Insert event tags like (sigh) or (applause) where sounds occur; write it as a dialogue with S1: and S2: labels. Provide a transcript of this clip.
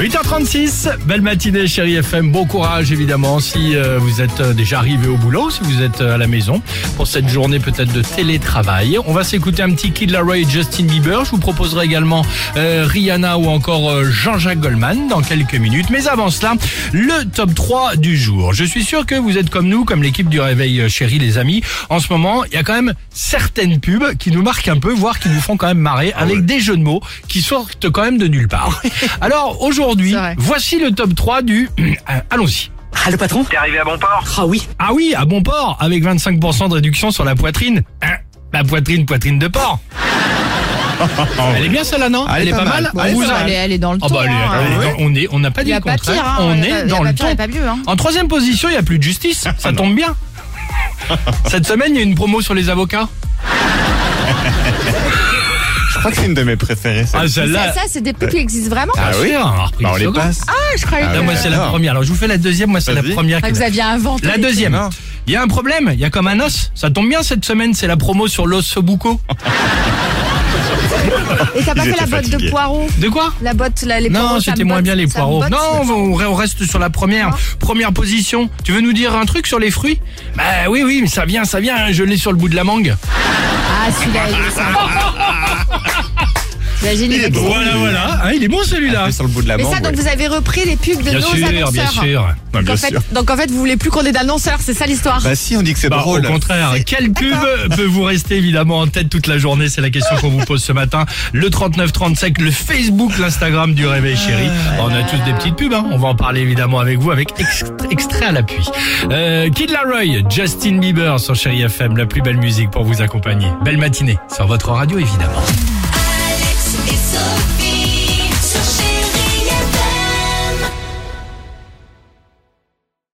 S1: 8h36, belle matinée chérie FM, bon courage évidemment si euh, vous êtes euh, déjà arrivé au boulot, si vous êtes euh, à la maison pour cette journée peut-être de télétravail. On va s'écouter un petit Kid Laroi et Justin Bieber, je vous proposerai également euh, Rihanna ou encore euh, Jean-Jacques Goldman dans quelques minutes. Mais avant cela, le top 3 du jour. Je suis sûr que vous êtes comme nous, comme l'équipe du Réveil euh, Chéri les amis. En ce moment, il y a quand même certaines pubs qui nous marquent un peu, voire qui nous font quand même marrer
S2: Ah
S1: avec des jeux de mots qui sortent quand même de nulle part.
S2: (laughs)
S1: Alors aujourd'hui,
S3: C'est vrai.
S1: voici le top 3 du... (clears throat) Euh, Allons-y.
S4: Ah, le patron
S5: T'es arrivé à bon port
S4: Ah oui.
S1: Ah oui, à bon port, avec 25% de réduction sur la poitrine. Hein, la poitrine, poitrine de
S2: (laughs)
S1: porc. Elle est bien celle-là, non
S2: Elle est pas mal.
S1: On
S3: Ouais,
S1: vous
S3: ça
S1: a-
S3: va, Ah, elle, est, elle est dans le
S1: Ah
S3: tour,
S1: bah, elle est-
S3: hein.
S1: elle est dans- on est, on n'a pas
S3: Il
S1: dit
S3: y
S1: le
S3: a pas
S1: contraire.
S3: pire, hein.
S1: on
S3: Il y a
S1: est
S3: pas- il y a
S1: dans
S3: pas
S1: le
S3: pire,
S1: ton.
S3: il y a pas mieux, hein.
S1: En troisième position, il n'y a plus de
S3: (laughs)
S1: justice. Ça tombe bien. Cette semaine, il y a une promo sur les avocats.
S2: Je crois que c'est une de mes préférées. celle-là.
S3: Ah, Ça, ça, c'est des pubs qui existent vraiment
S2: Ah
S1: Bien
S2: oui
S1: sûr, Ah, on a repris
S2: Bah, on
S1: le
S2: les
S1: slogan.
S2: passe.
S3: Ah, je croyais
S2: Ah
S1: Là,
S3: que
S2: ouais.
S1: moi, c'est la
S2: J'adore.
S1: première. Alors, je vous fais la deuxième. Moi, c'est la
S2: Vas-y.
S1: première. qui
S3: Ah, vous aviez inventé.
S1: La deuxième.
S2: Non.
S1: Il y a un problème. Il y a comme un os. Ça tombe bien cette semaine. C'est la promo sur l'os Sobuco.
S3: Et t'as pas fait
S2: Ils
S3: la
S2: étaient
S3: botte de
S2: fatigués.
S3: poireaux
S1: De quoi
S3: La botte, la, les poireaux.
S1: Non,
S3: ça
S1: c'était
S3: me
S1: moins
S3: botte,
S1: bien les
S3: ça me
S1: poireaux.
S3: botte.
S1: Non, on va- on reste sur la première. Première position. Tu veux nous dire un truc sur les fruits Bah oui, oui, mais ça vient, ça vient. hein, Je l'ai sur le bout de la mangue.
S3: Ah, celui-là, il est
S1: (laughs)
S3: T'imagines, il est
S2: beau.
S3: excellent.
S1: Voilà, voilà. Ah, il est bon celui-là.
S2: Appuyez sur le bout de la
S3: Mais
S2: mangue.
S3: ça, donc
S2: ouais.
S3: vous avez repris les pubs de
S1: Bien
S3: nos
S1: sûr,
S3: annonceurs.
S1: bien sûr.
S2: Non,
S3: Donc,
S2: bien
S3: en fait,
S2: sûr.
S3: donc en fait, vous voulez plus qu'on ait d'annonceurs, c'est ça l'histoire.
S2: Bah si, on dit que c'est
S1: Bah, au
S2: drôle.
S1: contraire, quel pub peut vous rester évidemment en tête toute la journée C'est la question qu'on vous pose ce matin. Le 3935, le Facebook, l'Instagram du Réveil Chéri.
S3: Ah,
S1: On a tous des petites pubs, hein. on va en parler évidemment avec vous, avec ex- extrait à l'appui. Euh, Kid Laroi, Justin Bieber sur Chéri FM, la plus belle musique pour vous accompagner. Belle matinée sur votre radio évidemment.
S6: Alex et Sophie.